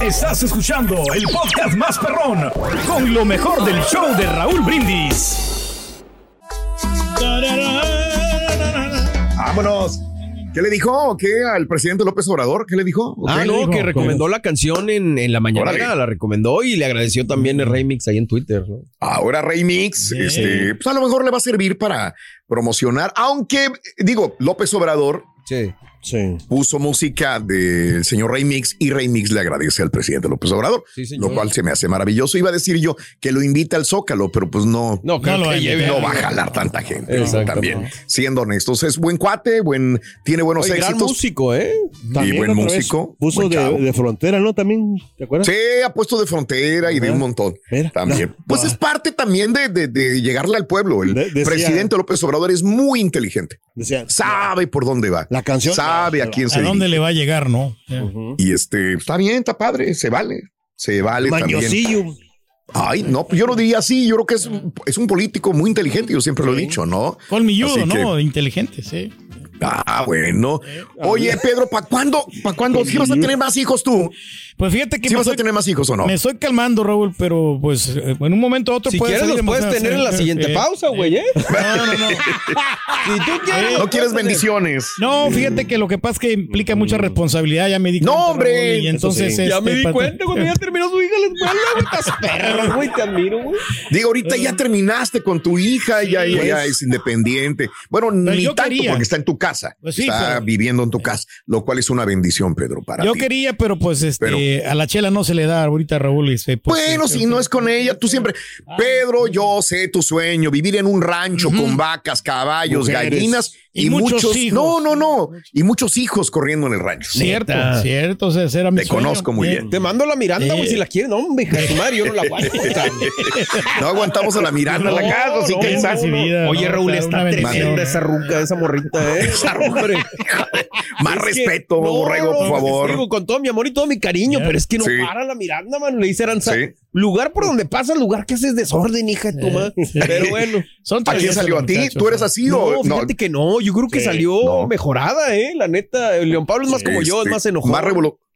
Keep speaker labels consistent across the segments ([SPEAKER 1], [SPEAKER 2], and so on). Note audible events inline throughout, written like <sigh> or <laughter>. [SPEAKER 1] Estás escuchando el podcast más perrón con lo mejor del show de Raúl Brindis.
[SPEAKER 2] Vámonos. ¿Qué le dijo? ¿Qué al presidente López Obrador? ¿Qué le dijo? ¿O
[SPEAKER 3] Ah,
[SPEAKER 2] qué?
[SPEAKER 3] no, que recomendó la canción en, en la mañana,
[SPEAKER 2] Órale.
[SPEAKER 3] la recomendó y le agradeció también el remix ahí en Twitter. ¿no?
[SPEAKER 2] Ahora Remix,
[SPEAKER 3] Bien.
[SPEAKER 2] este, pues a lo mejor le va a servir para promocionar, aunque digo, López Obrador
[SPEAKER 3] Sí.
[SPEAKER 2] puso música del señor Remix y Remix le agradece al presidente López Obrador,
[SPEAKER 3] Sí, señor.
[SPEAKER 2] lo cual se me hace maravilloso. Iba a decir yo que lo invita al Zócalo, pero pues no.
[SPEAKER 3] No, creo
[SPEAKER 4] No lo
[SPEAKER 3] que
[SPEAKER 4] hay,
[SPEAKER 3] lleve.
[SPEAKER 2] no va a jalar tanta gente
[SPEAKER 3] Exacto.
[SPEAKER 2] también. Siendo honestos, es buen cuate, buen, tiene buenos
[SPEAKER 3] Oye, gran
[SPEAKER 2] éxitos.
[SPEAKER 3] músico, ¿eh?
[SPEAKER 4] También
[SPEAKER 2] buen
[SPEAKER 4] otra vez
[SPEAKER 2] músico,
[SPEAKER 4] Puso
[SPEAKER 2] buen
[SPEAKER 4] de,
[SPEAKER 2] chavo.
[SPEAKER 4] de frontera, ¿no? También, ¿te acuerdas?
[SPEAKER 2] Sí, ha puesto de frontera y de un montón.
[SPEAKER 4] Mira,
[SPEAKER 2] también.
[SPEAKER 4] la-
[SPEAKER 2] pues es parte también de, de- de llegarle al pueblo. El
[SPEAKER 4] De- decía-
[SPEAKER 2] presidente López Obrador es muy inteligente.
[SPEAKER 4] Decía,
[SPEAKER 2] Sabe por dónde va.
[SPEAKER 4] La canción-
[SPEAKER 2] Sabe a quién
[SPEAKER 4] ¿A
[SPEAKER 2] se
[SPEAKER 4] Sí.
[SPEAKER 2] dirige.
[SPEAKER 4] dónde
[SPEAKER 1] le va a llegar, no?
[SPEAKER 4] ujú.
[SPEAKER 2] Y este, está bien, está padre, se vale. Se vale también.
[SPEAKER 4] Mañosillo.
[SPEAKER 2] Ay, no, pues yo no diría así. Yo creo que es, un- es un político muy inteligente, yo siempre lo he dicho, ¿no? Así
[SPEAKER 1] Colmilludo,
[SPEAKER 2] que-
[SPEAKER 1] ¿no? Inteligente, sí.
[SPEAKER 2] Ah, bueno. Oye, Pedro, ¿para cuándo? ¿Para cuándo?
[SPEAKER 4] Pues
[SPEAKER 2] ¿Sí vas a tener más hijos tú?
[SPEAKER 1] Pues fíjate que
[SPEAKER 2] ¿Sí
[SPEAKER 1] me,
[SPEAKER 2] vas a
[SPEAKER 1] estoy,
[SPEAKER 2] tener más hijos o no?
[SPEAKER 1] me estoy calmando, Raúl, pero pues eh, en un momento u otro
[SPEAKER 3] Si
[SPEAKER 1] puede
[SPEAKER 3] quieres,
[SPEAKER 1] salir
[SPEAKER 3] los puedes
[SPEAKER 1] emocionante.
[SPEAKER 3] tener en la siguiente
[SPEAKER 1] Eh,
[SPEAKER 3] pausa, güey, ¿eh?
[SPEAKER 1] No, no, no.
[SPEAKER 3] Si tú quieres.
[SPEAKER 2] No quieres bendiciones.
[SPEAKER 1] No, fíjate que lo que pasa es que implica mucha responsabilidad, ya me di
[SPEAKER 2] Mm. No,
[SPEAKER 1] cuenta,
[SPEAKER 2] hombre.
[SPEAKER 1] Raúl, y entonces
[SPEAKER 4] Eso sí.
[SPEAKER 3] Ya
[SPEAKER 1] este,
[SPEAKER 3] me di
[SPEAKER 1] para-
[SPEAKER 3] cuenta cuando ya terminó su hija la escuela, güey. Estás perro, güey. Te admiro, güey.
[SPEAKER 2] Digo, ahorita ya terminaste con tu hija, ya ella ya es independiente. Bueno, ni
[SPEAKER 1] yo
[SPEAKER 2] tanto
[SPEAKER 1] quería.
[SPEAKER 2] porque está en tu casa.
[SPEAKER 1] Pues sí,
[SPEAKER 2] está
[SPEAKER 1] pero-
[SPEAKER 2] viviendo en tu casa, lo cual es una bendición, Pedro, para
[SPEAKER 1] Yo
[SPEAKER 2] ti.
[SPEAKER 1] quería, pero pues este
[SPEAKER 2] Pero-
[SPEAKER 1] a la chela no se le da ahorita Raúl. este, porque-
[SPEAKER 2] Bueno, si no es con ella, tú siempre, Pedro, yo sé tu sueño, vivir en un rancho con vacas, caballos,
[SPEAKER 4] Mujeres.
[SPEAKER 2] gallinas y,
[SPEAKER 1] Y muchos
[SPEAKER 2] muchos,
[SPEAKER 1] hijos.
[SPEAKER 2] no, no, no, y muchos hijos corriendo en el rancho.
[SPEAKER 1] Cierto, cierto, o sea, ese era mi
[SPEAKER 2] Pues, Te
[SPEAKER 1] sueño.
[SPEAKER 2] conozco muy bien.
[SPEAKER 3] Te mando la Miranda, güey,
[SPEAKER 1] Eh.
[SPEAKER 3] si la quieres. No, hombre, hija de su madre, yo no la aguanto. cabrón.
[SPEAKER 2] No aguantamos a la mirada en la
[SPEAKER 3] No,
[SPEAKER 2] casa, así
[SPEAKER 3] no,
[SPEAKER 2] que
[SPEAKER 3] no,
[SPEAKER 2] esa-
[SPEAKER 3] no.
[SPEAKER 1] Recibida,
[SPEAKER 3] Oye,
[SPEAKER 1] ¿no?
[SPEAKER 3] Raúl,
[SPEAKER 1] Claro, una
[SPEAKER 3] está
[SPEAKER 1] bendición.
[SPEAKER 3] tremenda esa ruca, esa morrita, ¿eh?
[SPEAKER 2] Esa ruca.
[SPEAKER 3] Hombre.
[SPEAKER 2] más
[SPEAKER 3] Es que-
[SPEAKER 2] respeto,
[SPEAKER 3] no,
[SPEAKER 2] Borrego, por
[SPEAKER 3] no,
[SPEAKER 2] favor.
[SPEAKER 3] te digo, con todo mi amor y todo mi cariño,
[SPEAKER 1] Ya.
[SPEAKER 3] pero es que no
[SPEAKER 2] Sí.
[SPEAKER 3] para la Miranda, mano. Le dice Aranza,
[SPEAKER 2] Sí.
[SPEAKER 3] lugar por donde pasa, lugar que haces desorden, hija de tu madre. <laughs> Pero bueno.
[SPEAKER 1] Son
[SPEAKER 2] ¿A quién
[SPEAKER 1] traviesos
[SPEAKER 2] salió
[SPEAKER 1] los
[SPEAKER 2] a ti?
[SPEAKER 1] muchachos,
[SPEAKER 2] ¿Tú eres así
[SPEAKER 3] No,
[SPEAKER 2] o no?
[SPEAKER 3] fíjate que no, yo creo que
[SPEAKER 4] Sí,
[SPEAKER 3] salió
[SPEAKER 2] no.
[SPEAKER 3] mejorada, eh, la neta. El León Pablo es más como yo, es
[SPEAKER 2] Este,
[SPEAKER 3] más enojado.
[SPEAKER 2] Más revolu... Ah,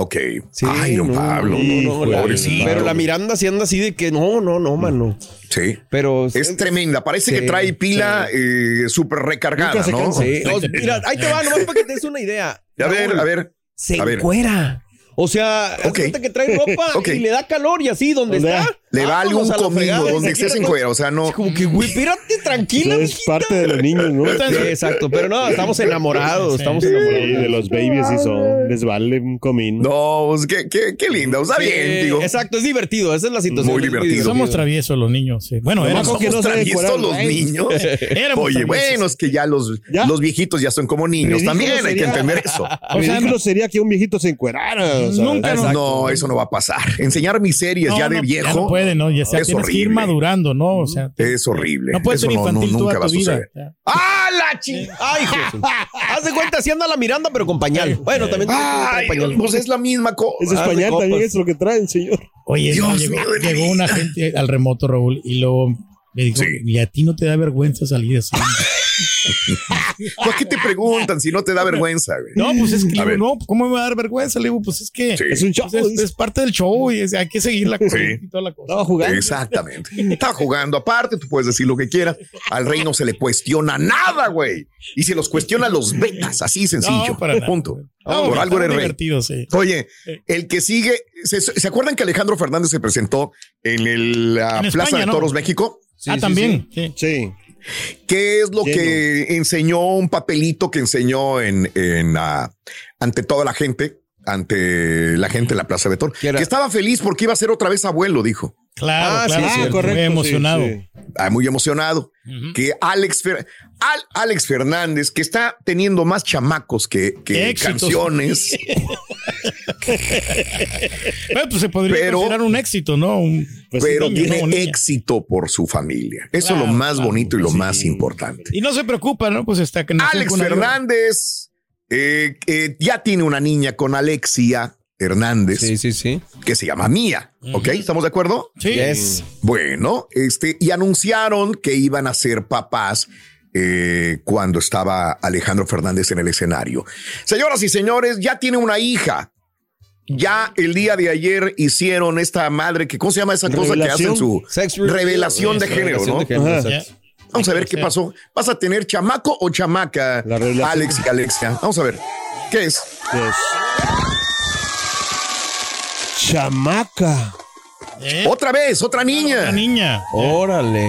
[SPEAKER 2] Ok.
[SPEAKER 3] Sí,
[SPEAKER 2] Ay, don
[SPEAKER 3] no,
[SPEAKER 2] Pablo.
[SPEAKER 3] no, no, la-
[SPEAKER 2] pobrecito.
[SPEAKER 3] pero la Miranda sí anda así de que no, no, no, mano.
[SPEAKER 2] Sí.
[SPEAKER 3] Pero
[SPEAKER 2] Es tremenda. Parece
[SPEAKER 3] Sí,
[SPEAKER 2] que trae pila eh, súper recargada,
[SPEAKER 4] Nunca se
[SPEAKER 2] ¿no?
[SPEAKER 4] cansa.
[SPEAKER 3] Sí, o- mira, ahí te va, nomás para que te des una idea.
[SPEAKER 2] A ver,
[SPEAKER 3] Raúl,
[SPEAKER 2] a ver.
[SPEAKER 3] Se
[SPEAKER 2] a ver.
[SPEAKER 3] encuera. O sea, haz
[SPEAKER 2] Ok.
[SPEAKER 3] cuenta que trae ropa
[SPEAKER 2] <laughs> Ok.
[SPEAKER 3] y le da calor y así, donde
[SPEAKER 4] Donde
[SPEAKER 3] está.
[SPEAKER 2] Le vale
[SPEAKER 3] vámonos
[SPEAKER 2] un
[SPEAKER 3] a la fregada,
[SPEAKER 2] comino donde
[SPEAKER 3] ni siquiera
[SPEAKER 2] estés en
[SPEAKER 3] con-
[SPEAKER 2] cuera. O sea, no.
[SPEAKER 3] Como que, güey, espérate, tranquila,
[SPEAKER 4] Es
[SPEAKER 3] mijita.
[SPEAKER 4] parte de los niños, ¿no?
[SPEAKER 3] Sí, exacto, pero no, estamos enamorados, estamos
[SPEAKER 4] Sí,
[SPEAKER 3] enamorados.
[SPEAKER 4] de los babies y son. Les vale un comino.
[SPEAKER 2] No, pues, qué, qué, qué linda. O sea, bien,
[SPEAKER 3] Eh,
[SPEAKER 2] digo.
[SPEAKER 3] Exacto, es divertido, esa es la situación.
[SPEAKER 2] Muy
[SPEAKER 3] es
[SPEAKER 2] divertido.
[SPEAKER 1] Somos traviesos los niños. sí. Bueno,
[SPEAKER 4] Nomás
[SPEAKER 1] éramos,
[SPEAKER 2] Somos
[SPEAKER 4] con que no sabe
[SPEAKER 2] traviesos
[SPEAKER 4] curar,
[SPEAKER 2] los
[SPEAKER 4] güey.
[SPEAKER 2] niños.
[SPEAKER 1] éramos
[SPEAKER 2] Oye,
[SPEAKER 1] traviesos.
[SPEAKER 2] bueno, es que ya los,
[SPEAKER 4] Ya.
[SPEAKER 2] los viejitos ya son como niños.
[SPEAKER 4] Ridículo
[SPEAKER 2] También hay que
[SPEAKER 4] sería-
[SPEAKER 2] entender eso.
[SPEAKER 1] O sea,
[SPEAKER 4] Ridículo sería que un viejito se encuerara. o sea,
[SPEAKER 1] Nunca nos-
[SPEAKER 2] No, eso no va a pasar. Enseñar miserias
[SPEAKER 1] no,
[SPEAKER 2] ya de
[SPEAKER 1] no,
[SPEAKER 2] viejo.
[SPEAKER 1] Ya no puede, ¿no? Ya sea,
[SPEAKER 2] es
[SPEAKER 1] tienes que ir
[SPEAKER 2] horrible.
[SPEAKER 1] madurando, ¿no? O sea,
[SPEAKER 2] Es horrible.
[SPEAKER 1] no puedes
[SPEAKER 2] Eso
[SPEAKER 1] ser infantil
[SPEAKER 2] no,
[SPEAKER 1] toda
[SPEAKER 2] nunca va
[SPEAKER 1] tu
[SPEAKER 2] a
[SPEAKER 1] vida.
[SPEAKER 2] suceder. ¡Ah, la chingada!
[SPEAKER 3] Ay,
[SPEAKER 1] <laughs>
[SPEAKER 3] Jesús. Haz de cuenta, si anda la Miranda, pero con pañal. Bueno, también
[SPEAKER 2] Ay,
[SPEAKER 3] trae pañal.
[SPEAKER 2] pues es la misma
[SPEAKER 4] Es
[SPEAKER 2] cosa.
[SPEAKER 4] español
[SPEAKER 3] copas.
[SPEAKER 4] también, es lo que trae el señor.
[SPEAKER 1] Oye,
[SPEAKER 2] Dios
[SPEAKER 1] no, llegó,
[SPEAKER 2] mío de mi
[SPEAKER 1] llegó
[SPEAKER 2] vida.
[SPEAKER 1] una gente al remoto, Raúl, y luego me dijo,
[SPEAKER 2] Sí.
[SPEAKER 1] ¿y a ti no te da vergüenza salir
[SPEAKER 2] <laughs>
[SPEAKER 1] así?
[SPEAKER 2] ¿Por qué te preguntan si no te da vergüenza? güey?
[SPEAKER 1] no, pues es que, le
[SPEAKER 2] A
[SPEAKER 1] digo,
[SPEAKER 2] ver.
[SPEAKER 1] no, ¿cómo me va a dar vergüenza? Le digo, pues es que...
[SPEAKER 2] Sí,
[SPEAKER 4] Es un show.
[SPEAKER 1] pues, es, es parte del show y es- hay que seguir la cosa
[SPEAKER 2] Sí.
[SPEAKER 1] y toda la cosa.
[SPEAKER 4] Estaba jugando.
[SPEAKER 2] exactamente. Está jugando aparte, tú puedes decir lo que quieras. Al rey no se le cuestiona nada, güey. Y se los cuestiona los vetas, así sencillo.
[SPEAKER 1] para nada.
[SPEAKER 2] Punto.
[SPEAKER 1] No,
[SPEAKER 2] Por
[SPEAKER 1] está
[SPEAKER 2] algo eres rey.
[SPEAKER 1] divertido, sí.
[SPEAKER 2] Oye, el que sigue, ¿se, se acuerdan que Alejandro Fernández se presentó en el, la
[SPEAKER 1] En
[SPEAKER 2] Plaza
[SPEAKER 1] España,
[SPEAKER 2] de
[SPEAKER 1] ¿no?
[SPEAKER 2] Toros México?
[SPEAKER 3] Sí,
[SPEAKER 1] ah,
[SPEAKER 3] sí,
[SPEAKER 1] también. sí.
[SPEAKER 4] Sí.
[SPEAKER 2] ¿Qué es lo
[SPEAKER 4] Lleno.
[SPEAKER 2] que enseñó un papelito que enseñó en, en, ah, ante toda la gente? Ante la gente en la Plaza de Toros.
[SPEAKER 3] ¿Qué era?
[SPEAKER 2] Que estaba feliz porque iba a ser otra vez abuelo, dijo.
[SPEAKER 1] Claro,
[SPEAKER 3] Ah, sí,
[SPEAKER 1] claro.
[SPEAKER 3] es
[SPEAKER 1] sí,
[SPEAKER 3] cierto.
[SPEAKER 1] muy emocionado.
[SPEAKER 4] sí, sí.
[SPEAKER 2] Ah, muy emocionado.
[SPEAKER 1] Ujú.
[SPEAKER 2] Que Alex, Fer- Al- Alex Fernández, que está teniendo más chamacos que, que
[SPEAKER 1] Éxitos.
[SPEAKER 2] canciones.
[SPEAKER 1] Bueno, pues se podría
[SPEAKER 2] Pero-
[SPEAKER 1] considerar un éxito, ¿no? Un-
[SPEAKER 4] Pues sí,
[SPEAKER 2] pero
[SPEAKER 1] niño,
[SPEAKER 2] tiene
[SPEAKER 1] no, niña.
[SPEAKER 2] éxito por su familia. Eso es
[SPEAKER 1] Claro,
[SPEAKER 2] lo más
[SPEAKER 1] claro,
[SPEAKER 2] bonito y lo
[SPEAKER 4] sí.
[SPEAKER 2] más importante.
[SPEAKER 1] y no se preocupa, ¿no? Pues está que no
[SPEAKER 2] Alex
[SPEAKER 1] sea una-
[SPEAKER 2] Fernández eh, eh, ya tiene una niña con Alexia Hernández
[SPEAKER 3] Sí, sí, sí.
[SPEAKER 2] que se llama Mía. ¿Ok? ¿Estamos de acuerdo?
[SPEAKER 1] Sí.
[SPEAKER 3] Yes.
[SPEAKER 2] Bueno, este, y anunciaron que iban a ser papás eh, cuando estaba Alejandro Fernández en el escenario. Señoras y señores, ya tiene una hija. Ya el día de ayer hicieron esta madre que, ¿cómo se llama esa cosa que
[SPEAKER 4] Revelación.
[SPEAKER 2] hacen su
[SPEAKER 3] Sex reveal.
[SPEAKER 2] revelación de
[SPEAKER 5] Sí,
[SPEAKER 2] género,
[SPEAKER 5] relación
[SPEAKER 2] no?
[SPEAKER 5] de género,
[SPEAKER 4] Ajá.
[SPEAKER 5] exacto.
[SPEAKER 2] Vamos a ver qué pasó. ¿Vas a tener chamaco o chamaca?
[SPEAKER 4] La revelación.
[SPEAKER 2] Alex y Alexia. Vamos a ver. ¿Qué es?
[SPEAKER 4] Pues. Chamaca.
[SPEAKER 5] ¿Eh?
[SPEAKER 2] Otra vez, otra niña.
[SPEAKER 5] Otra niña.
[SPEAKER 3] Órale.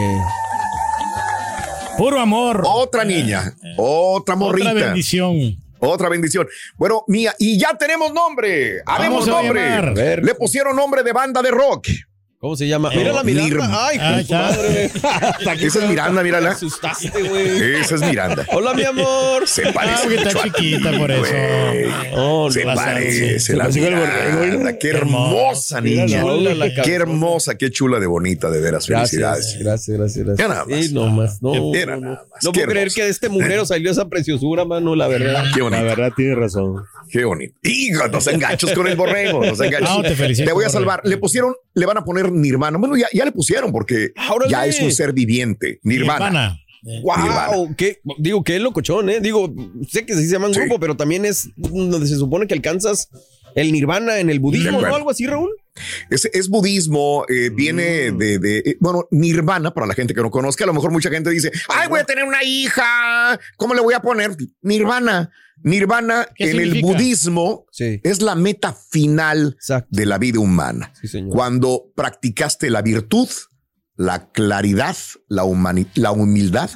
[SPEAKER 5] Puro amor.
[SPEAKER 2] Otra niña. Otra morrita.
[SPEAKER 5] Otra bendición.
[SPEAKER 2] Otra bendición. Bueno, mía, y ya tenemos nombre. Habemos
[SPEAKER 5] a
[SPEAKER 2] nombre.
[SPEAKER 5] llamar.
[SPEAKER 3] Ver.
[SPEAKER 2] Le pusieron nombre de banda de rock.
[SPEAKER 3] ¿Cómo se llama? Oh,
[SPEAKER 2] Mira la Miranda. Mirna.
[SPEAKER 3] Ay,
[SPEAKER 5] Ah, ya.
[SPEAKER 2] Esa es Miranda, mírala.
[SPEAKER 3] asustaste, güey.
[SPEAKER 2] Esa es Miranda.
[SPEAKER 3] Hola, mi amor.
[SPEAKER 2] Se
[SPEAKER 5] Ah,
[SPEAKER 2] parece
[SPEAKER 5] porque está
[SPEAKER 2] mucho a
[SPEAKER 5] chiquita
[SPEAKER 2] ti,
[SPEAKER 5] por eso.
[SPEAKER 2] güey. <laughs>
[SPEAKER 3] Oh,
[SPEAKER 2] Se
[SPEAKER 5] no, sí,
[SPEAKER 2] parece
[SPEAKER 5] se
[SPEAKER 2] la
[SPEAKER 4] parece con el
[SPEAKER 2] Miranda.
[SPEAKER 4] borrego, ¿no?
[SPEAKER 2] Qué hermosa niña.
[SPEAKER 3] Hola, la
[SPEAKER 2] Qué
[SPEAKER 3] cabezota.
[SPEAKER 2] hermosa, qué chula de bonita, de veras. Felicidades.
[SPEAKER 5] eh,
[SPEAKER 3] Gracias, gracias, gracias.
[SPEAKER 2] Ya
[SPEAKER 3] gracias.
[SPEAKER 2] nada más.
[SPEAKER 3] Sí, no más. No,
[SPEAKER 2] Ya
[SPEAKER 3] no, no.
[SPEAKER 2] nada más.
[SPEAKER 3] No
[SPEAKER 2] Qué
[SPEAKER 3] puedo creer
[SPEAKER 2] hermosa.
[SPEAKER 3] que de este mugrero salió esa preciosura, mano,
[SPEAKER 2] <laughs>
[SPEAKER 3] la verdad.
[SPEAKER 2] Qué
[SPEAKER 4] La
[SPEAKER 2] bonita,
[SPEAKER 4] verdad, tiene razón.
[SPEAKER 2] qué bonita. Hijo, no se enganches con el borrego. No se enganches.
[SPEAKER 5] No, Ah, te felicito,
[SPEAKER 2] voy a
[SPEAKER 5] borrego.
[SPEAKER 2] salvar. Le pusieron, le van a poner Nirvana. Bueno, ya, ya le pusieron porque
[SPEAKER 5] Ah,
[SPEAKER 3] Órale.
[SPEAKER 2] ya es un ser viviente. Nirvana.
[SPEAKER 5] Nirvana. Eh,
[SPEAKER 3] Wow,
[SPEAKER 2] Nirvana.
[SPEAKER 3] qué, digo, qué locochón, ¿eh? Digo, sé que sí se llaman
[SPEAKER 2] Sí.
[SPEAKER 3] grupo, pero también es donde se supone que alcanzas el nirvana en el budismo,
[SPEAKER 2] De
[SPEAKER 3] ¿no?
[SPEAKER 2] acuerdo.
[SPEAKER 3] Algo así, Raúl.
[SPEAKER 2] Es, es budismo, eh, viene
[SPEAKER 5] Mm.
[SPEAKER 2] de, de- eh, bueno, nirvana, para la gente que no conozca, a lo mejor mucha gente dice, ay, voy a tener una hija, ¿cómo le voy a poner? Nirvana, nirvana
[SPEAKER 5] ¿Qué
[SPEAKER 2] en el
[SPEAKER 5] significa?
[SPEAKER 2] budismo
[SPEAKER 3] Sí,
[SPEAKER 2] es la meta final
[SPEAKER 3] exacto.
[SPEAKER 2] de la vida humana.
[SPEAKER 3] Sí, señor.
[SPEAKER 2] Cuando practicaste la virtud, la claridad, la, humani- la humildad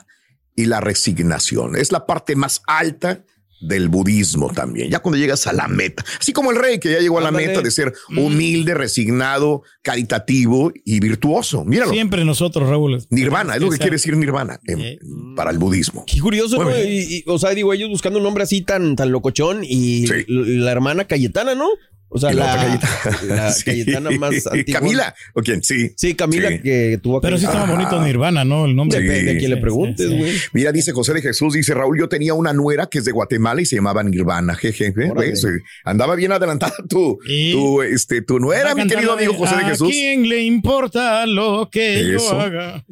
[SPEAKER 2] y la resignación. Es la parte más alta del budismo también, ya cuando llegas a la meta. Así como el rey que ya llegó a la
[SPEAKER 3] Ándale.
[SPEAKER 2] meta de ser
[SPEAKER 5] Mm.
[SPEAKER 2] humilde, resignado, caritativo y virtuoso. Míralo.
[SPEAKER 5] Siempre nosotros, Raúl.
[SPEAKER 2] Nirvana, es lo que
[SPEAKER 5] Esa-
[SPEAKER 2] quiere decir nirvana en-
[SPEAKER 5] Eh.
[SPEAKER 2] para el budismo.
[SPEAKER 3] Qué curioso,
[SPEAKER 2] Muy
[SPEAKER 3] ¿no?
[SPEAKER 2] bien.
[SPEAKER 3] Y- y, o sea, digo, ellos buscando un nombre así tan, tan locochón y
[SPEAKER 2] Sí.
[SPEAKER 3] l- la hermana Cayetana, ¿no? O sea,
[SPEAKER 2] Y la
[SPEAKER 3] la,
[SPEAKER 2] otra
[SPEAKER 3] la
[SPEAKER 2] <laughs> Sí.
[SPEAKER 3] Cayetana
[SPEAKER 2] <laughs>
[SPEAKER 3] más antigua.
[SPEAKER 2] Camila, ¿o quién? Sí.
[SPEAKER 3] Sí, Camila
[SPEAKER 2] Sí.
[SPEAKER 3] que tuvo a
[SPEAKER 5] Pero sí estaba
[SPEAKER 2] Ajá.
[SPEAKER 5] bonito Nirvana, ¿no? El nombre.
[SPEAKER 3] Depende a quién le
[SPEAKER 5] Sí,
[SPEAKER 3] preguntes,
[SPEAKER 5] sí, sí.
[SPEAKER 3] güey.
[SPEAKER 2] Mira, dice José de Jesús, dice Raúl, yo tenía una nuera que es de Guatemala y se llamaba Nirvana, jeje, ¿eh?
[SPEAKER 3] Órale.
[SPEAKER 2] ¿Ves? andaba bien adelantada tu,
[SPEAKER 5] Y-
[SPEAKER 2] tu, este, tu nuera,
[SPEAKER 5] Va
[SPEAKER 2] mi querido
[SPEAKER 5] cantando de,
[SPEAKER 2] amigo José de
[SPEAKER 5] "¿A
[SPEAKER 2] Jesús.
[SPEAKER 5] quién le importa lo que
[SPEAKER 2] Eso.
[SPEAKER 5] yo haga?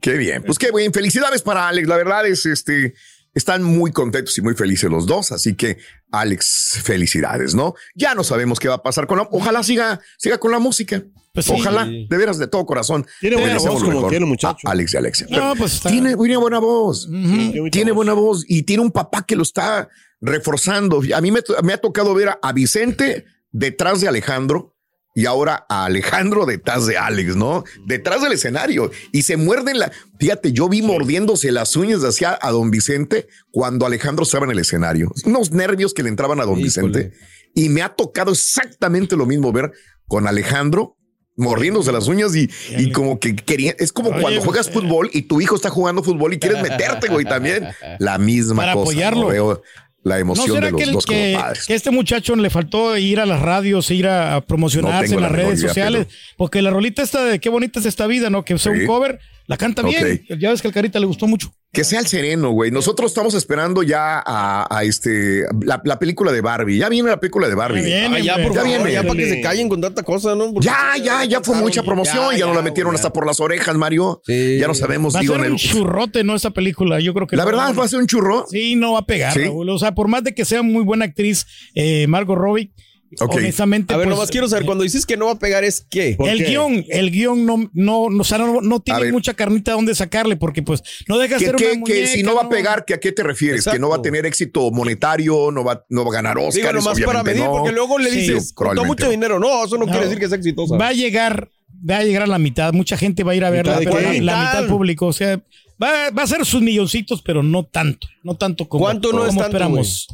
[SPEAKER 2] Qué bien, pues qué bien, felicidades para Alex, la verdad es, este, están muy contentos y muy felices los dos, así que Alex, felicidades, ¿no? Ya no sabemos qué va a pasar con la, ojalá siga, siga con la música.
[SPEAKER 5] Pues sí.
[SPEAKER 2] Ojalá, de veras, de todo corazón.
[SPEAKER 4] Tiene
[SPEAKER 2] Le
[SPEAKER 4] buena
[SPEAKER 2] deseamos
[SPEAKER 4] voz
[SPEAKER 2] lo
[SPEAKER 4] como
[SPEAKER 2] mejor
[SPEAKER 4] quiere, muchacho.
[SPEAKER 2] a Alex y Alexia.
[SPEAKER 5] No, pues está.
[SPEAKER 2] Tiene, tiene buena voz.
[SPEAKER 5] Ujú.
[SPEAKER 4] Tiene mucha
[SPEAKER 2] Tiene
[SPEAKER 4] voz.
[SPEAKER 2] buena voz y tiene un papá que lo está reforzando. A mí me, to- me ha tocado ver a, a Vicente detrás de Alejandro y ahora a Alejandro detrás de Alex, ¿no? Detrás del escenario y se muerden la. Fíjate, yo vi mordiéndose las uñas hacia a don Vicente cuando Alejandro estaba en el escenario. Unos nervios que le entraban a don
[SPEAKER 3] Híjole.
[SPEAKER 2] Vicente y me ha tocado exactamente lo mismo ver con Alejandro mordiéndose las uñas y, y como que quería, es como
[SPEAKER 5] Oye,
[SPEAKER 2] cuando juegas
[SPEAKER 5] pues,
[SPEAKER 2] fútbol y tu hijo está jugando fútbol y quieres meterte, güey,
[SPEAKER 5] <laughs>
[SPEAKER 2] también la misma
[SPEAKER 5] Para
[SPEAKER 2] cosa.
[SPEAKER 5] apoyarlo.
[SPEAKER 2] ¿no? Veo la
[SPEAKER 5] ¿No
[SPEAKER 2] emoción
[SPEAKER 5] será
[SPEAKER 2] de los
[SPEAKER 5] que, el-
[SPEAKER 2] dos
[SPEAKER 5] que-
[SPEAKER 2] como padres.
[SPEAKER 5] que este muchacho le faltó ir a las radios, ir a, a
[SPEAKER 2] No
[SPEAKER 5] promocionarse
[SPEAKER 2] tengo
[SPEAKER 5] en
[SPEAKER 2] la
[SPEAKER 5] las
[SPEAKER 2] menor
[SPEAKER 5] redes
[SPEAKER 2] idea,
[SPEAKER 5] sociales? Porque la rolita esta de qué bonita es esta vida, ¿no? Que sea
[SPEAKER 2] Sí.
[SPEAKER 5] un cover, la canta bien. Ya ves que al Carita le gustó mucho.
[SPEAKER 2] Que sea el sereno, güey. Nosotros estamos esperando ya a, a este la, la película de Barbie. Ya viene la película de Barbie.
[SPEAKER 5] bien.
[SPEAKER 3] Ah, ya, por
[SPEAKER 2] Ya
[SPEAKER 3] favor,
[SPEAKER 2] viene.
[SPEAKER 3] ya para que
[SPEAKER 4] Ándale.
[SPEAKER 3] se callen con tanta cosa, ¿no? Porque
[SPEAKER 2] Ya, ya, ya fue
[SPEAKER 3] cansaron,
[SPEAKER 2] mucha promoción, ya, no la metieron
[SPEAKER 3] güey,
[SPEAKER 2] hasta por las orejas, Mario.
[SPEAKER 3] Sí.
[SPEAKER 2] Ya no sabemos,
[SPEAKER 5] Va a
[SPEAKER 2] Pues digo, en
[SPEAKER 5] ser un
[SPEAKER 2] el-
[SPEAKER 5] churrote, ¿no? Esa película, yo creo que.
[SPEAKER 2] La
[SPEAKER 5] no.
[SPEAKER 2] verdad, va a ser un churro.
[SPEAKER 5] Sí, no va a pegar,
[SPEAKER 2] Sí.
[SPEAKER 5] Raúl. O sea, por más de que sea muy buena actriz, eh, Margot Robbie,
[SPEAKER 2] Ok.
[SPEAKER 5] honestamente.
[SPEAKER 3] A ver,
[SPEAKER 5] pues,
[SPEAKER 3] nomás quiero
[SPEAKER 2] eh,
[SPEAKER 3] saber, cuando dices que no va a pegar, ¿es qué?
[SPEAKER 4] ¿Por
[SPEAKER 5] el
[SPEAKER 4] qué?
[SPEAKER 5] guión, el guión no, no, no, o sea, no, no
[SPEAKER 2] A
[SPEAKER 5] tiene
[SPEAKER 2] ver.
[SPEAKER 5] mucha carnita donde sacarle, porque pues no deja
[SPEAKER 2] Que,
[SPEAKER 5] ser
[SPEAKER 2] que-
[SPEAKER 5] una
[SPEAKER 2] que
[SPEAKER 5] muñeca,
[SPEAKER 2] si no va a pegar, ¿que ¿a qué te refieres? Que no va a
[SPEAKER 3] Exacto.
[SPEAKER 2] tener éxito monetario, no va, no va a ganar Oscars,
[SPEAKER 3] Digo, nomás para
[SPEAKER 2] obviamente
[SPEAKER 3] medir,
[SPEAKER 2] no.
[SPEAKER 3] porque luego le
[SPEAKER 5] Sí,
[SPEAKER 3] dices, costó
[SPEAKER 2] probablemente
[SPEAKER 3] mucho
[SPEAKER 2] no.
[SPEAKER 3] dinero. No, eso no,
[SPEAKER 5] No.
[SPEAKER 3] quiere decir que sea
[SPEAKER 2] pues,
[SPEAKER 3] exitosa.
[SPEAKER 5] Va a llegar, va a llegar a la mitad. Mucha gente va a ir a verla,
[SPEAKER 3] ¿Mitad de
[SPEAKER 5] pero la,
[SPEAKER 3] qué?
[SPEAKER 5] la
[SPEAKER 3] ¿Mitad?
[SPEAKER 5] mitad del público, o sea, va, va a ser sus milloncitos, pero no tanto, no tanto como,
[SPEAKER 3] ¿Cuánto no
[SPEAKER 5] como
[SPEAKER 3] es tanto,
[SPEAKER 5] esperamos.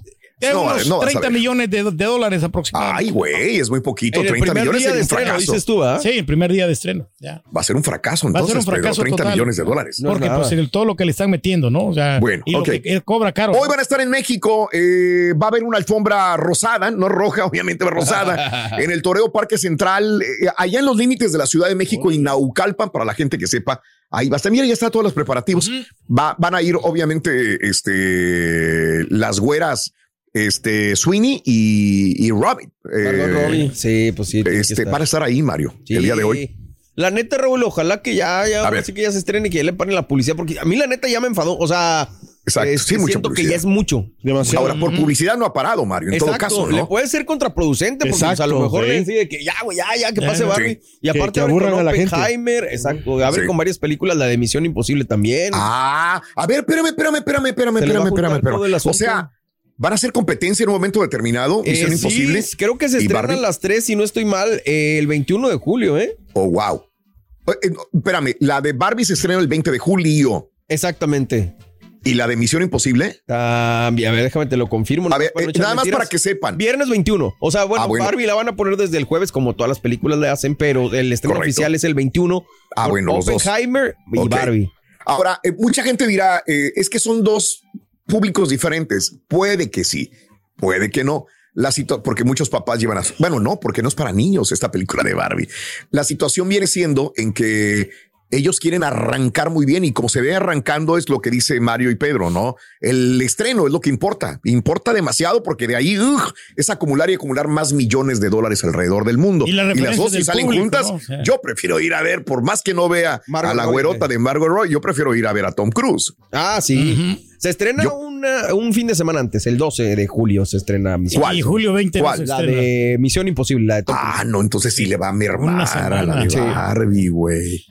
[SPEAKER 5] Eh,
[SPEAKER 2] No,
[SPEAKER 5] unos
[SPEAKER 2] no vas a
[SPEAKER 5] 30
[SPEAKER 2] ver.
[SPEAKER 5] millones de, de dólares aproximadamente.
[SPEAKER 2] Ay, güey, es muy poquito.
[SPEAKER 3] en el
[SPEAKER 2] 30
[SPEAKER 3] primer
[SPEAKER 2] millones sería
[SPEAKER 3] día de
[SPEAKER 2] un
[SPEAKER 3] estreno,
[SPEAKER 2] fracaso.
[SPEAKER 3] dices tú, ¿ah?
[SPEAKER 5] Sí, el primer día de estreno. Ya.
[SPEAKER 2] Va a ser un fracaso,
[SPEAKER 5] Va a
[SPEAKER 2] entonces,
[SPEAKER 5] ser un fracaso
[SPEAKER 2] Pedro, 30
[SPEAKER 5] total.
[SPEAKER 2] millones de dólares.
[SPEAKER 3] No es
[SPEAKER 5] Porque
[SPEAKER 3] nada.
[SPEAKER 5] pues el- todo lo que le están metiendo, ¿no? O sea,
[SPEAKER 2] Bueno,
[SPEAKER 5] y lo
[SPEAKER 2] ok.
[SPEAKER 5] que eh, cobra caro.
[SPEAKER 2] Hoy van a estar en México, eh, va a haber una alfombra rosada, no roja, <laughs> obviamente, pero
[SPEAKER 3] <laughs>
[SPEAKER 2] rosada, en el Toreo Parque Central, eh, allá en los límites de la Ciudad de México y Naucalpan, para la gente que sepa. Ahí va a estar, mira, ya están todos los preparativos. Va- van a ir, obviamente, este, las güeras, este, Sweeney y, y Robin.
[SPEAKER 3] Margot
[SPEAKER 2] Eh,
[SPEAKER 3] Robbie. Sí, pues sí. tiene que
[SPEAKER 2] Este,
[SPEAKER 3] estar.
[SPEAKER 2] van a estar ahí, Mario,
[SPEAKER 3] Sí.
[SPEAKER 2] el día de hoy.
[SPEAKER 3] La neta, Raúl, ojalá que ya, ya,
[SPEAKER 2] A
[SPEAKER 3] ahora
[SPEAKER 2] ver.
[SPEAKER 3] sí que ya se estrene y que ya le paren la policía, porque a mí la neta ya me enfadó. O sea,
[SPEAKER 2] Exacto.
[SPEAKER 3] Es-
[SPEAKER 2] sí, mucha
[SPEAKER 3] siento que ya
[SPEAKER 2] publicidad.
[SPEAKER 3] es mucho.
[SPEAKER 4] Demasiado.
[SPEAKER 2] Ahora, por publicidad no ha parado, Mario, en todo caso,
[SPEAKER 3] le
[SPEAKER 2] ¿no?
[SPEAKER 3] puede ser contraproducente porque pues, a lo
[SPEAKER 4] Exacto,
[SPEAKER 3] mejor
[SPEAKER 4] sí.
[SPEAKER 3] le decide que ya, güey, ya, ya, que
[SPEAKER 5] Ya,
[SPEAKER 3] pase
[SPEAKER 5] sí.
[SPEAKER 3] Barbie. Y aparte
[SPEAKER 4] que
[SPEAKER 3] abren con
[SPEAKER 4] aburran a la gente.
[SPEAKER 3] Oppenheimer, exacto, abren
[SPEAKER 2] Sí.
[SPEAKER 3] con varias películas, la de Misión Imposible también.
[SPEAKER 2] Ah, a ver, espérame, espérame, espérame, espérame,
[SPEAKER 3] Se le va
[SPEAKER 2] espérame,
[SPEAKER 3] a juntar
[SPEAKER 2] espérame,
[SPEAKER 3] todo el
[SPEAKER 2] espérame. O
[SPEAKER 3] asunto.
[SPEAKER 2] sea, ¿van a hacer competencia en un momento determinado?
[SPEAKER 3] Eh,
[SPEAKER 2] ¿Misión
[SPEAKER 3] sí,
[SPEAKER 2] imposible?
[SPEAKER 3] creo que se
[SPEAKER 2] ¿Y
[SPEAKER 3] estrenan
[SPEAKER 2] Barbie?
[SPEAKER 3] las tres, si no estoy mal, eh, el 21 de julio, ¿eh?
[SPEAKER 2] Oh, wow. Eh, no, espérame, la de Barbie se estrena el 20 de julio
[SPEAKER 3] Exactamente.
[SPEAKER 2] y la de Misión Imposible.
[SPEAKER 3] También, a ver, déjame te lo confirmo.
[SPEAKER 2] A ver,
[SPEAKER 3] para no
[SPEAKER 2] eh,
[SPEAKER 3] echar
[SPEAKER 2] nada más
[SPEAKER 3] mentiras.
[SPEAKER 2] para que sepan.
[SPEAKER 3] Viernes 21. O sea, bueno,
[SPEAKER 2] Ah, bueno.
[SPEAKER 3] Barbie la van a poner desde el jueves, como todas las películas le hacen, pero el estreno
[SPEAKER 2] Correcto.
[SPEAKER 3] oficial es el 21.
[SPEAKER 2] Ah,
[SPEAKER 3] con
[SPEAKER 2] bueno, los dos.
[SPEAKER 3] Oppenheimer y
[SPEAKER 2] Ok.
[SPEAKER 3] Barbie.
[SPEAKER 2] Ahora, eh, mucha gente dirá, eh, es que son dos públicos diferentes. Puede que sí, puede que no. La situa- porque muchos papás llevan a... su- Bueno, no, porque no es para niños esta película de Barbie. La situación viene siendo en que ellos quieren arrancar muy bien y como se ve arrancando es lo que dice Mario y Pedro, ¿no? El estreno es lo que importa. Importa demasiado porque de ahí ugh, es acumular y acumular más millones de dólares alrededor del mundo.
[SPEAKER 5] Y las
[SPEAKER 2] las
[SPEAKER 5] referencias
[SPEAKER 2] dos si
[SPEAKER 5] del
[SPEAKER 2] salen
[SPEAKER 5] público,
[SPEAKER 2] juntas,
[SPEAKER 5] ¿no? O sea.
[SPEAKER 2] yo prefiero ir a ver, por más que no vea
[SPEAKER 3] Margot
[SPEAKER 2] a la
[SPEAKER 3] Robbie.
[SPEAKER 2] güerota de Margot Roy, yo prefiero ir a ver a Tom Cruise.
[SPEAKER 3] Ah, sí. Se estrena
[SPEAKER 2] Yo-
[SPEAKER 3] una- un fin de semana antes, el 12 de julio se estrena Misión.
[SPEAKER 2] ¿Cuál?
[SPEAKER 5] Y julio 20 no
[SPEAKER 2] ¿Cuál?
[SPEAKER 5] se
[SPEAKER 3] La
[SPEAKER 5] estrena.
[SPEAKER 3] de Misión Imposible, la de Tom
[SPEAKER 2] Ah, no, entonces sí le va a
[SPEAKER 5] Una
[SPEAKER 2] mermar
[SPEAKER 5] semana,
[SPEAKER 2] a la de
[SPEAKER 5] sí.
[SPEAKER 2] Barbie, güey.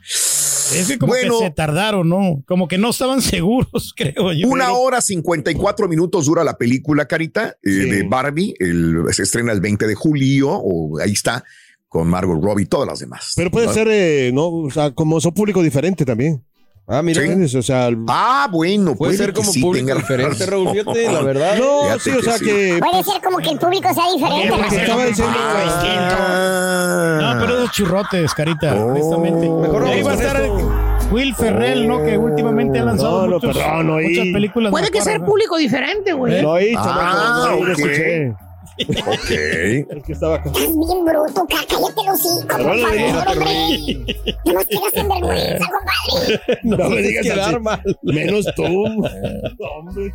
[SPEAKER 5] Es que como
[SPEAKER 2] Bueno.
[SPEAKER 5] que se tardaron, ¿no? Como que no estaban <laughs> seguros, creo yo.
[SPEAKER 2] Una hora 54 minutos dura la película, Carita, eh, de Barbie. El- se estrena el 20 de julio, o ahí está, con Margot Robbie y todas las demás. Ah,
[SPEAKER 4] Pero puede
[SPEAKER 2] ¿No?
[SPEAKER 4] ser, eh, no, o sea, como son público diferente también.
[SPEAKER 3] Cruise. Ah, mira.
[SPEAKER 2] Sí.
[SPEAKER 4] ¿Entiendes? O sea, el-
[SPEAKER 2] Ah, bueno,
[SPEAKER 3] Puede ser como
[SPEAKER 2] sí
[SPEAKER 3] público
[SPEAKER 2] tenga
[SPEAKER 3] diferente,
[SPEAKER 2] razón.
[SPEAKER 3] Raúl, fíjate, la verdad.
[SPEAKER 4] no,
[SPEAKER 2] fíjate
[SPEAKER 4] sí, o
[SPEAKER 2] que
[SPEAKER 4] sea
[SPEAKER 2] sí.
[SPEAKER 4] que
[SPEAKER 6] Puede ser como que el público sea diferente.
[SPEAKER 5] Oye, pues,
[SPEAKER 6] ¿no?
[SPEAKER 4] porque estaba diciendo,
[SPEAKER 2] Ah.
[SPEAKER 5] Ah. No, pero esos churrotes, carita,
[SPEAKER 2] Oh.
[SPEAKER 5] honestamente.
[SPEAKER 2] Mejor
[SPEAKER 5] Y ahí
[SPEAKER 3] vamos
[SPEAKER 5] va a
[SPEAKER 3] con
[SPEAKER 5] estar Will Ferrell, ¿no? Que últimamente ha lanzado
[SPEAKER 4] No, no,
[SPEAKER 5] muchos-
[SPEAKER 4] perdón, no oí.
[SPEAKER 5] muchas películas.
[SPEAKER 7] Puede que
[SPEAKER 5] macaras,
[SPEAKER 7] sea el
[SPEAKER 5] ¿no?
[SPEAKER 7] público diferente, güey.
[SPEAKER 5] ¿Eh?
[SPEAKER 4] lo he dicho,
[SPEAKER 2] Ah,
[SPEAKER 4] no, no, no, no
[SPEAKER 2] ok.
[SPEAKER 4] escuché.
[SPEAKER 2] Ok.
[SPEAKER 4] Es que estaba acá.
[SPEAKER 6] Estás bien bruto, ca- cállate el hocico, por favor, hombre. No nos quieras en vergüenza, compadre.
[SPEAKER 4] No,
[SPEAKER 3] No
[SPEAKER 4] me
[SPEAKER 3] me
[SPEAKER 4] digas así.
[SPEAKER 3] quedar mal.
[SPEAKER 4] Menos tú. <laughs> No, hombre.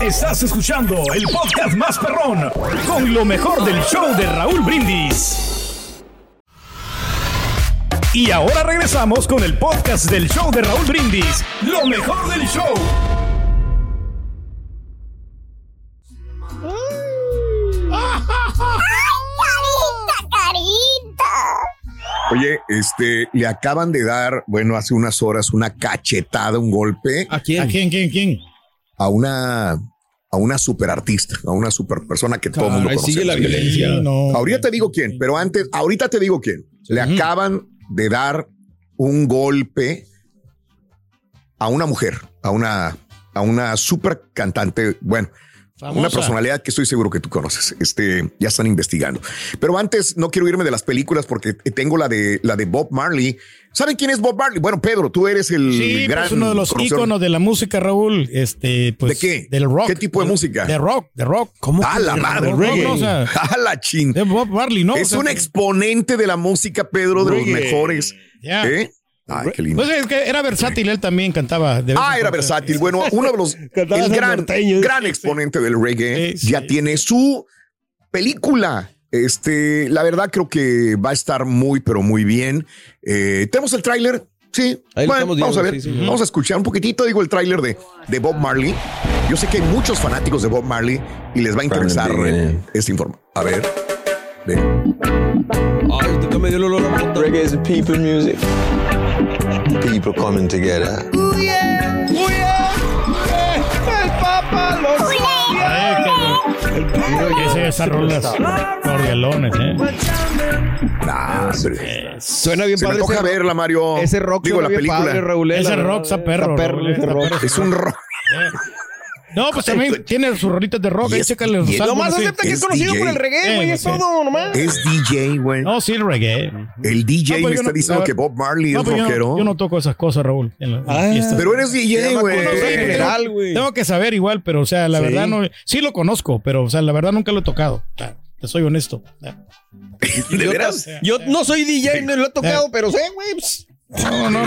[SPEAKER 1] Estás escuchando el podcast más perrón con lo mejor del show de Raúl Brindis. Y ahora regresamos con el podcast del show de Raúl Brindis. Lo mejor del show.
[SPEAKER 6] Ay, carita, carita.
[SPEAKER 2] Oye, este, le acaban de dar, bueno, hace unas horas una cachetada, un golpe
[SPEAKER 3] ¿A
[SPEAKER 5] ¿A quién, quién, quién?
[SPEAKER 2] a una a una superartista, a una super persona que todo el mundo
[SPEAKER 3] Caray,
[SPEAKER 2] conoce.
[SPEAKER 3] sigue la violencia.
[SPEAKER 5] Sí, no.
[SPEAKER 2] Ahorita te digo quién, pero antes, ahorita te digo quién. Le acaban de dar un golpe a una mujer, a una a una super cantante, bueno, una
[SPEAKER 5] Famosa.
[SPEAKER 2] personalidad que estoy seguro que tú conoces. Este, ya están investigando. Pero antes no quiero irme de las películas porque tengo la de la de Bob Marley. ¿Saben quién es Bob Marley? Bueno, Pedro, tú eres el
[SPEAKER 5] Sí,
[SPEAKER 2] gran
[SPEAKER 5] pues uno de los
[SPEAKER 2] conocedor.
[SPEAKER 5] íconos de la música, Raúl. Este, pues,
[SPEAKER 2] ¿De qué?
[SPEAKER 5] Del rock.
[SPEAKER 2] ¿Qué tipo de
[SPEAKER 5] Del-
[SPEAKER 2] música?
[SPEAKER 5] De rock, de rock. ¿Cómo?
[SPEAKER 2] A la madre,
[SPEAKER 5] rock,
[SPEAKER 2] reggae.
[SPEAKER 5] no, o sea,
[SPEAKER 2] A la chin.
[SPEAKER 5] de Bob Marley, ¿no? O
[SPEAKER 2] Es
[SPEAKER 5] sea,
[SPEAKER 2] un exponente de la música, Pedro, de los
[SPEAKER 4] Reggae.
[SPEAKER 2] mejores.
[SPEAKER 5] Ya.
[SPEAKER 2] ¿Eh? Ay, qué lindo.
[SPEAKER 5] Pues es que era versátil, él también cantaba. de vez
[SPEAKER 2] Ah, era
[SPEAKER 5] en cuando.
[SPEAKER 2] versátil. Bueno, uno de
[SPEAKER 5] <laughs>
[SPEAKER 2] los
[SPEAKER 4] Cantaba
[SPEAKER 2] el
[SPEAKER 4] esos
[SPEAKER 2] gran,
[SPEAKER 4] norteños.
[SPEAKER 2] gran exponente del reggae
[SPEAKER 5] Sí, sí.
[SPEAKER 2] ya tiene su película. Este, la verdad creo que va a estar muy, pero muy bien. Eh, Tenemos el tráiler. Sí,
[SPEAKER 3] Ahí
[SPEAKER 2] Bueno,
[SPEAKER 3] lo estamos
[SPEAKER 2] vamos
[SPEAKER 3] viendo,
[SPEAKER 2] a ver,
[SPEAKER 3] sí, sí.
[SPEAKER 2] vamos a escuchar un poquitito, digo, el tráiler de, de Bob Marley. Yo sé que hay muchos fanáticos de Bob Marley y les va a interesar eh, este informe. A ver, ve.
[SPEAKER 3] Ay, usted me dio el olor a mota.
[SPEAKER 8] Reggae is people music. People coming together.
[SPEAKER 5] Eh, que- Ese, esas rolas. Cordialones, ¿eh?
[SPEAKER 2] Nah, hombre.
[SPEAKER 3] Suena bien
[SPEAKER 2] Se me
[SPEAKER 3] padre.
[SPEAKER 2] antoja
[SPEAKER 3] ese-
[SPEAKER 2] verla, Mario.
[SPEAKER 3] Ese rock
[SPEAKER 2] Digo, la
[SPEAKER 3] suena bien
[SPEAKER 2] película.
[SPEAKER 3] padre, Raúl. eh,
[SPEAKER 5] Ese
[SPEAKER 3] la verdad,
[SPEAKER 5] rock está perro,
[SPEAKER 3] Está perro,
[SPEAKER 5] Raúl, eh,
[SPEAKER 3] ese
[SPEAKER 5] está
[SPEAKER 3] rock.
[SPEAKER 5] perro.
[SPEAKER 2] Es un rock.
[SPEAKER 5] No, pues también tiene sus rolitas de rock.
[SPEAKER 2] Y
[SPEAKER 5] Ahí
[SPEAKER 2] es-
[SPEAKER 5] chécale los
[SPEAKER 2] y es-
[SPEAKER 5] álbumes,
[SPEAKER 3] Nomás
[SPEAKER 5] sí.
[SPEAKER 3] acepta que
[SPEAKER 2] Es
[SPEAKER 3] es conocido
[SPEAKER 2] DJ.
[SPEAKER 3] por el reggae,
[SPEAKER 5] Eh,
[SPEAKER 3] güey,
[SPEAKER 5] güey,
[SPEAKER 3] es
[SPEAKER 5] sí.
[SPEAKER 3] todo, nomás.
[SPEAKER 2] Es DJ, güey.
[SPEAKER 5] No, sí, el reggae.
[SPEAKER 2] El DJ
[SPEAKER 5] No, pues
[SPEAKER 2] me
[SPEAKER 5] yo
[SPEAKER 2] está
[SPEAKER 5] no-
[SPEAKER 2] diciendo
[SPEAKER 5] la-
[SPEAKER 2] que Bob Marley
[SPEAKER 5] No,
[SPEAKER 2] es
[SPEAKER 5] pues yo,
[SPEAKER 2] rockero.
[SPEAKER 5] no, yo no toco esas cosas, Raúl. en la- en las fiestas.
[SPEAKER 2] Pero eres DJ,
[SPEAKER 3] No
[SPEAKER 2] <laughs>
[SPEAKER 3] sé, en
[SPEAKER 2] güey.
[SPEAKER 3] general, güey.
[SPEAKER 5] Tengo que saber igual, pero o sea, la
[SPEAKER 4] Sí.
[SPEAKER 5] verdad no. Sí lo conozco, pero o sea, la verdad nunca lo he tocado. Claro, Te soy honesto.
[SPEAKER 2] De veras.
[SPEAKER 3] Yo no soy DJ, no lo he tocado, pero sé, güey. pues,
[SPEAKER 5] No, no.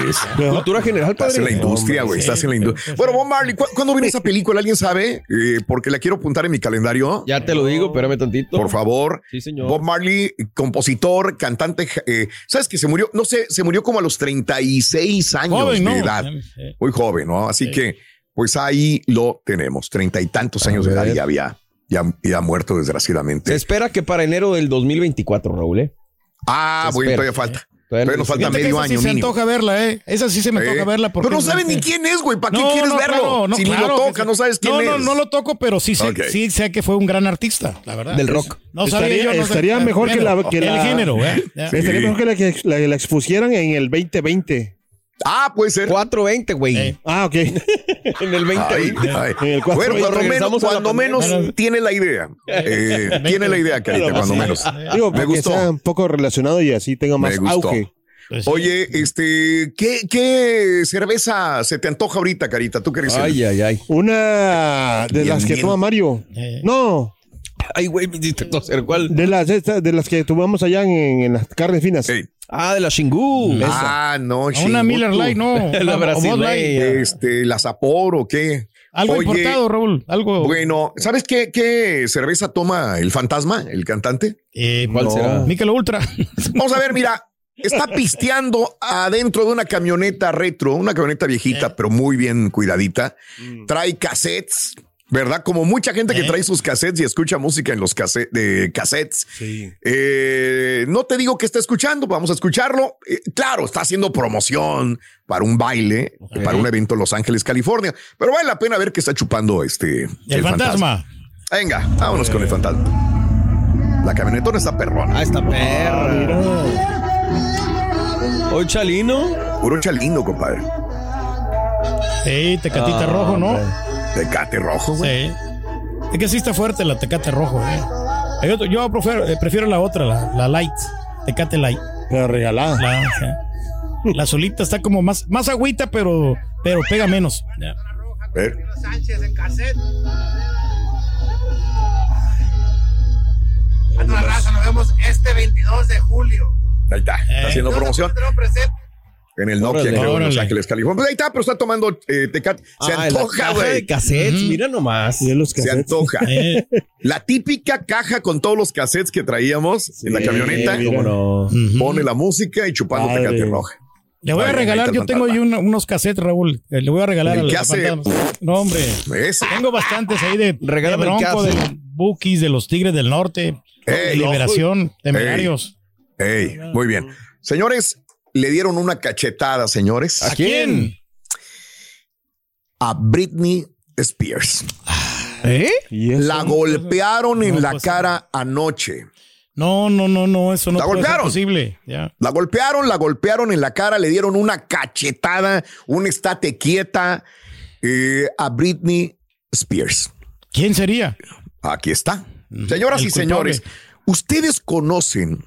[SPEAKER 3] Cultura general,
[SPEAKER 2] Estás
[SPEAKER 3] padre.
[SPEAKER 2] en la industria, güey. Estás en la industria. Bueno, Bob Marley, ¿cu- ¿cuándo viene esa película? ¿Alguien sabe? Eh, porque la quiero apuntar en mi calendario.
[SPEAKER 3] Ya te lo digo, espérame tantito.
[SPEAKER 2] Por favor.
[SPEAKER 3] Sí, señor.
[SPEAKER 2] Bob Marley, compositor, cantante. eh, ¿Sabes que se murió? No sé, se murió como a los 36 años
[SPEAKER 5] Joven,
[SPEAKER 2] de
[SPEAKER 5] ¿no? Eh,
[SPEAKER 2] edad. Muy joven, ¿no? Así que, pues ahí lo tenemos. Treinta y
[SPEAKER 5] Ah,
[SPEAKER 2] tantos años de edad y ya había, ya, ya muerto,
[SPEAKER 3] Se
[SPEAKER 2] desgraciadamente.
[SPEAKER 3] espera que para enero del 2024, Raúl, ¿eh?
[SPEAKER 2] Ah,
[SPEAKER 3] se
[SPEAKER 2] bueno,
[SPEAKER 3] espera.
[SPEAKER 2] todavía falta.
[SPEAKER 3] Todavía
[SPEAKER 2] Todavía
[SPEAKER 3] no
[SPEAKER 2] nos falta
[SPEAKER 5] Fíjate que
[SPEAKER 2] medio
[SPEAKER 5] esa
[SPEAKER 2] año
[SPEAKER 5] sí se
[SPEAKER 2] mínimo.
[SPEAKER 5] antoja verla, ¿eh? Esa sí se me
[SPEAKER 2] Eh,
[SPEAKER 5] antoja verla. Porque
[SPEAKER 2] pero no saben ni
[SPEAKER 5] este-
[SPEAKER 2] quién es, güey. ¿Para qué quieres verlo?
[SPEAKER 5] claro, no,
[SPEAKER 2] si ni
[SPEAKER 5] claro
[SPEAKER 2] lo
[SPEAKER 5] que
[SPEAKER 2] tocas,
[SPEAKER 5] sí.
[SPEAKER 2] no sabes quién
[SPEAKER 5] no,
[SPEAKER 2] es.
[SPEAKER 5] No, no lo toco, pero sí sé,
[SPEAKER 2] Ok.
[SPEAKER 5] sí sé que fue un gran artista, la verdad.
[SPEAKER 3] Del rock.
[SPEAKER 5] No sabía
[SPEAKER 4] Estaría-
[SPEAKER 5] yo, no sé-
[SPEAKER 4] estaría
[SPEAKER 5] el
[SPEAKER 4] mejor que la-
[SPEAKER 5] género.
[SPEAKER 4] que
[SPEAKER 5] El
[SPEAKER 4] la-
[SPEAKER 5] género, ¿eh? Ya.
[SPEAKER 2] Sí.
[SPEAKER 4] Estaría mejor que la, que la, la expusieran en el 2020.
[SPEAKER 2] Ah, puede ser.
[SPEAKER 3] 420, güey.
[SPEAKER 5] Eh.
[SPEAKER 2] <laughs>
[SPEAKER 4] Ah, ok.
[SPEAKER 3] En el 2020.
[SPEAKER 2] Ay, ay.
[SPEAKER 4] En el cuatro-
[SPEAKER 2] Bueno, cuando menos,
[SPEAKER 3] regresamos a la
[SPEAKER 2] cuando menos
[SPEAKER 5] pandemia.
[SPEAKER 2] tiene la
[SPEAKER 5] <laughs>
[SPEAKER 2] idea. Eh, tiene la idea, Carita, cuando menos. Me
[SPEAKER 4] Digo, para que
[SPEAKER 2] gustó.
[SPEAKER 4] sea un poco relacionado y así tenga
[SPEAKER 2] Me
[SPEAKER 4] más
[SPEAKER 2] gustó.
[SPEAKER 4] auge.
[SPEAKER 5] Pues sí.
[SPEAKER 2] Oye, este, ¿qué, ¿qué cerveza se te antoja ahorita, Carita? ¿Tú quieres
[SPEAKER 3] Ay, ay, ay.
[SPEAKER 4] Una de
[SPEAKER 2] Bien,
[SPEAKER 4] las que
[SPEAKER 2] bien.
[SPEAKER 4] toma Mario.
[SPEAKER 5] Eh.
[SPEAKER 4] No,
[SPEAKER 3] Ay, güey, me hiciste toser. ¿Cuál?
[SPEAKER 4] de las esta- de las que tomamos allá en, en las carnes finas.
[SPEAKER 3] Ah, de la Shingú.
[SPEAKER 2] Ah, no,
[SPEAKER 5] A una
[SPEAKER 2] chingo,
[SPEAKER 5] Miller
[SPEAKER 2] tú.
[SPEAKER 5] Light, no.
[SPEAKER 2] <laughs>
[SPEAKER 3] La
[SPEAKER 5] O Bud Light.
[SPEAKER 3] brasileña.
[SPEAKER 2] Este, la Sapor o qué.
[SPEAKER 5] Algo
[SPEAKER 2] Oye,
[SPEAKER 5] importado, Raúl. Algo.
[SPEAKER 2] Bueno, ¿sabes qué, qué cerveza toma el fantasma, el cantante?
[SPEAKER 5] Eh,
[SPEAKER 3] ¿Cuál será?
[SPEAKER 5] Mikel Ultra.
[SPEAKER 2] Vamos a ver, mira,
[SPEAKER 5] <laughs>
[SPEAKER 2] está pisteando adentro de una camioneta retro, una camioneta
[SPEAKER 5] Eh.
[SPEAKER 2] viejita, pero muy bien cuidadita. Trae cassettes, ¿verdad? Como mucha gente que
[SPEAKER 5] Mm. Eh.
[SPEAKER 2] trae sus cassettes y escucha música en los casse- de cassettes. Eh, no te digo que está escuchando, vamos a escucharlo. Eh, claro, está haciendo promoción para un baile, para un evento en Los Ángeles, California, pero vale la pena ver que está chupando este.
[SPEAKER 5] El fantasma. Eh.
[SPEAKER 2] Venga, vámonos con el fantasma. La camionetona está perrona.
[SPEAKER 3] Ah, esta perra. Hoy Chalino.
[SPEAKER 2] Puro lindo, compadre.
[SPEAKER 5] Sí, tecatita
[SPEAKER 3] Ah,
[SPEAKER 5] rojo, ¿no?
[SPEAKER 2] Tecate rojo, güey.
[SPEAKER 5] Sí. Es que sí está fuerte la tecate rojo, ¿eh? Hay otro- yo prefiero, eh, prefiero la otra, la, la light. Tecate light.
[SPEAKER 4] Pero regalada.
[SPEAKER 5] La, o sea, la azulita está como más, más agüita, pero, pero pega menos. Ya.
[SPEAKER 2] A ver. Ahí está, está haciendo promoción. En el Nokia,
[SPEAKER 3] Eh.
[SPEAKER 2] creo,
[SPEAKER 3] Órale.
[SPEAKER 2] en Los
[SPEAKER 5] Órale.
[SPEAKER 2] Ángeles, California. Pues ahí está, pero está tomando eh, tecate. Se
[SPEAKER 3] Ah, la
[SPEAKER 2] antoja,
[SPEAKER 3] caja de
[SPEAKER 2] güey.
[SPEAKER 3] cassettes, mira
[SPEAKER 5] Ah,
[SPEAKER 3] nomás.
[SPEAKER 4] Y de los
[SPEAKER 2] Se
[SPEAKER 4] cassettes.
[SPEAKER 2] antoja.
[SPEAKER 5] Eh,
[SPEAKER 2] La típica caja con todos los cassettes que traíamos en la
[SPEAKER 3] Sí,
[SPEAKER 2] camioneta.
[SPEAKER 3] cómo no.
[SPEAKER 5] ujú.
[SPEAKER 2] Pone la música y chupando
[SPEAKER 4] Padre.
[SPEAKER 2] tecate roja.
[SPEAKER 5] Le voy a
[SPEAKER 2] Ay, ahí
[SPEAKER 5] regalar,
[SPEAKER 2] está
[SPEAKER 5] yo
[SPEAKER 2] el
[SPEAKER 5] tengo ahí una- unos cassettes, Raúl. Eh, Le voy a regalar
[SPEAKER 2] ¿El
[SPEAKER 5] al
[SPEAKER 2] que
[SPEAKER 5] al
[SPEAKER 2] hace?
[SPEAKER 5] fantasma. No, hombre.
[SPEAKER 2] Esa.
[SPEAKER 5] Tengo bastantes ahí de, de
[SPEAKER 3] Regálame el
[SPEAKER 5] Bronco, de
[SPEAKER 3] cassette.
[SPEAKER 5] Bookies, de los Tigres del Norte, de
[SPEAKER 2] Ey,
[SPEAKER 5] Liberación, Temerarios.
[SPEAKER 2] ey, muy bien. Señores, le dieron una cachetada, señores,
[SPEAKER 3] ¿A quién?
[SPEAKER 2] a Britney Spears.
[SPEAKER 5] ¿Eh?
[SPEAKER 4] Y eso.
[SPEAKER 2] La golpearon en
[SPEAKER 5] No,
[SPEAKER 2] la
[SPEAKER 5] pues,
[SPEAKER 2] cara anoche.
[SPEAKER 5] No, no, no, no, eso no
[SPEAKER 2] ¿La
[SPEAKER 5] puede ser
[SPEAKER 2] golpearon?
[SPEAKER 5] posible. Ya.
[SPEAKER 2] La golpearon, la golpearon en la cara, le dieron una cachetada, un estate quieta eh, a Britney Spears.
[SPEAKER 5] ¿Quién sería?
[SPEAKER 2] Aquí está. Señoras
[SPEAKER 5] El
[SPEAKER 2] y
[SPEAKER 5] culpable.
[SPEAKER 2] señores, ustedes conocen.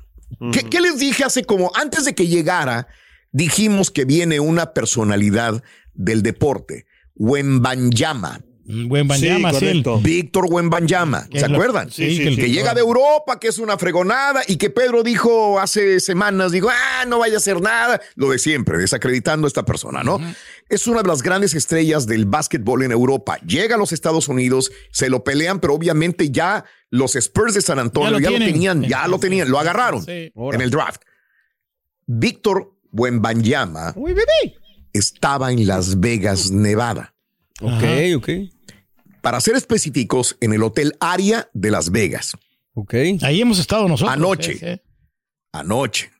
[SPEAKER 2] ¿qué, qué les dije hace como antes de que llegara? Dijimos que viene una personalidad del deporte, Wembanyama,
[SPEAKER 5] Mm, Buen Banyama, sí, el-
[SPEAKER 4] correcto.
[SPEAKER 2] Víctor Wembanyama. ¿Se
[SPEAKER 5] el-
[SPEAKER 2] acuerdan?
[SPEAKER 5] Sí, que el-
[SPEAKER 2] que llega de Europa, que es una fregonada, y que Pedro dijo hace semanas, digo, ah, no vaya a hacer nada, lo de siempre, desacreditando a esta persona, ¿no? Es una de las grandes estrellas del básquetbol en Europa. Llega a los Estados Unidos, se lo pelean, pero obviamente ya los Spurs de San Antonio ya lo,
[SPEAKER 5] tienen.
[SPEAKER 2] tenían, ya lo tenían, lo agarraron
[SPEAKER 5] Sí.
[SPEAKER 2] en el draft. Víctor Buenbanyama estaba en Las Vegas, Nevada.
[SPEAKER 3] Ok, ok.
[SPEAKER 2] Para ser específicos, en el Hotel Aria de Las Vegas.
[SPEAKER 3] Ok.
[SPEAKER 5] Ahí hemos estado nosotros. ¿eh?
[SPEAKER 2] Anoche.
[SPEAKER 5] sí, sí.
[SPEAKER 2] anoche.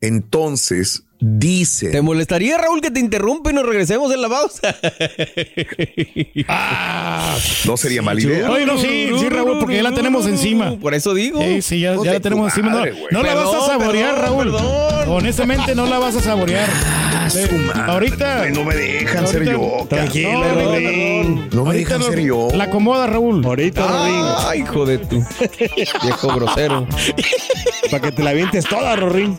[SPEAKER 2] Entonces, dice,
[SPEAKER 3] ¿Te molestaría, Raúl, que te interrumpa y nos regresemos en la pausa?
[SPEAKER 5] Ah,
[SPEAKER 2] no sería mala idea.
[SPEAKER 5] Oye, no, sí, sí, Raúl, porque ya la tenemos encima.
[SPEAKER 3] Por eso digo.
[SPEAKER 5] Sí, sí, ya,
[SPEAKER 2] Hijo
[SPEAKER 5] ya
[SPEAKER 2] de
[SPEAKER 5] la tenemos
[SPEAKER 2] tu
[SPEAKER 5] encima. No,
[SPEAKER 2] madre, güey.
[SPEAKER 5] no la vas a
[SPEAKER 3] Perdón,
[SPEAKER 5] saborear,
[SPEAKER 3] perdón,
[SPEAKER 5] Raúl.
[SPEAKER 3] perdón.
[SPEAKER 5] Honestamente, no la vas a saborear.
[SPEAKER 2] Ah,
[SPEAKER 5] Sí, Ahorita.
[SPEAKER 2] No me dejan ser
[SPEAKER 5] ahorita-
[SPEAKER 2] yo.
[SPEAKER 5] Tranquilo,
[SPEAKER 2] cabrón.
[SPEAKER 5] ahorita-
[SPEAKER 2] No me
[SPEAKER 5] ahorita
[SPEAKER 2] dejan
[SPEAKER 5] lo-
[SPEAKER 2] ser yo.
[SPEAKER 5] La acomoda, Raúl.
[SPEAKER 4] Ahorita, Rorín,
[SPEAKER 3] Ay, hijo de tu viejo grosero.
[SPEAKER 4] para que te la vientes toda, Rorín.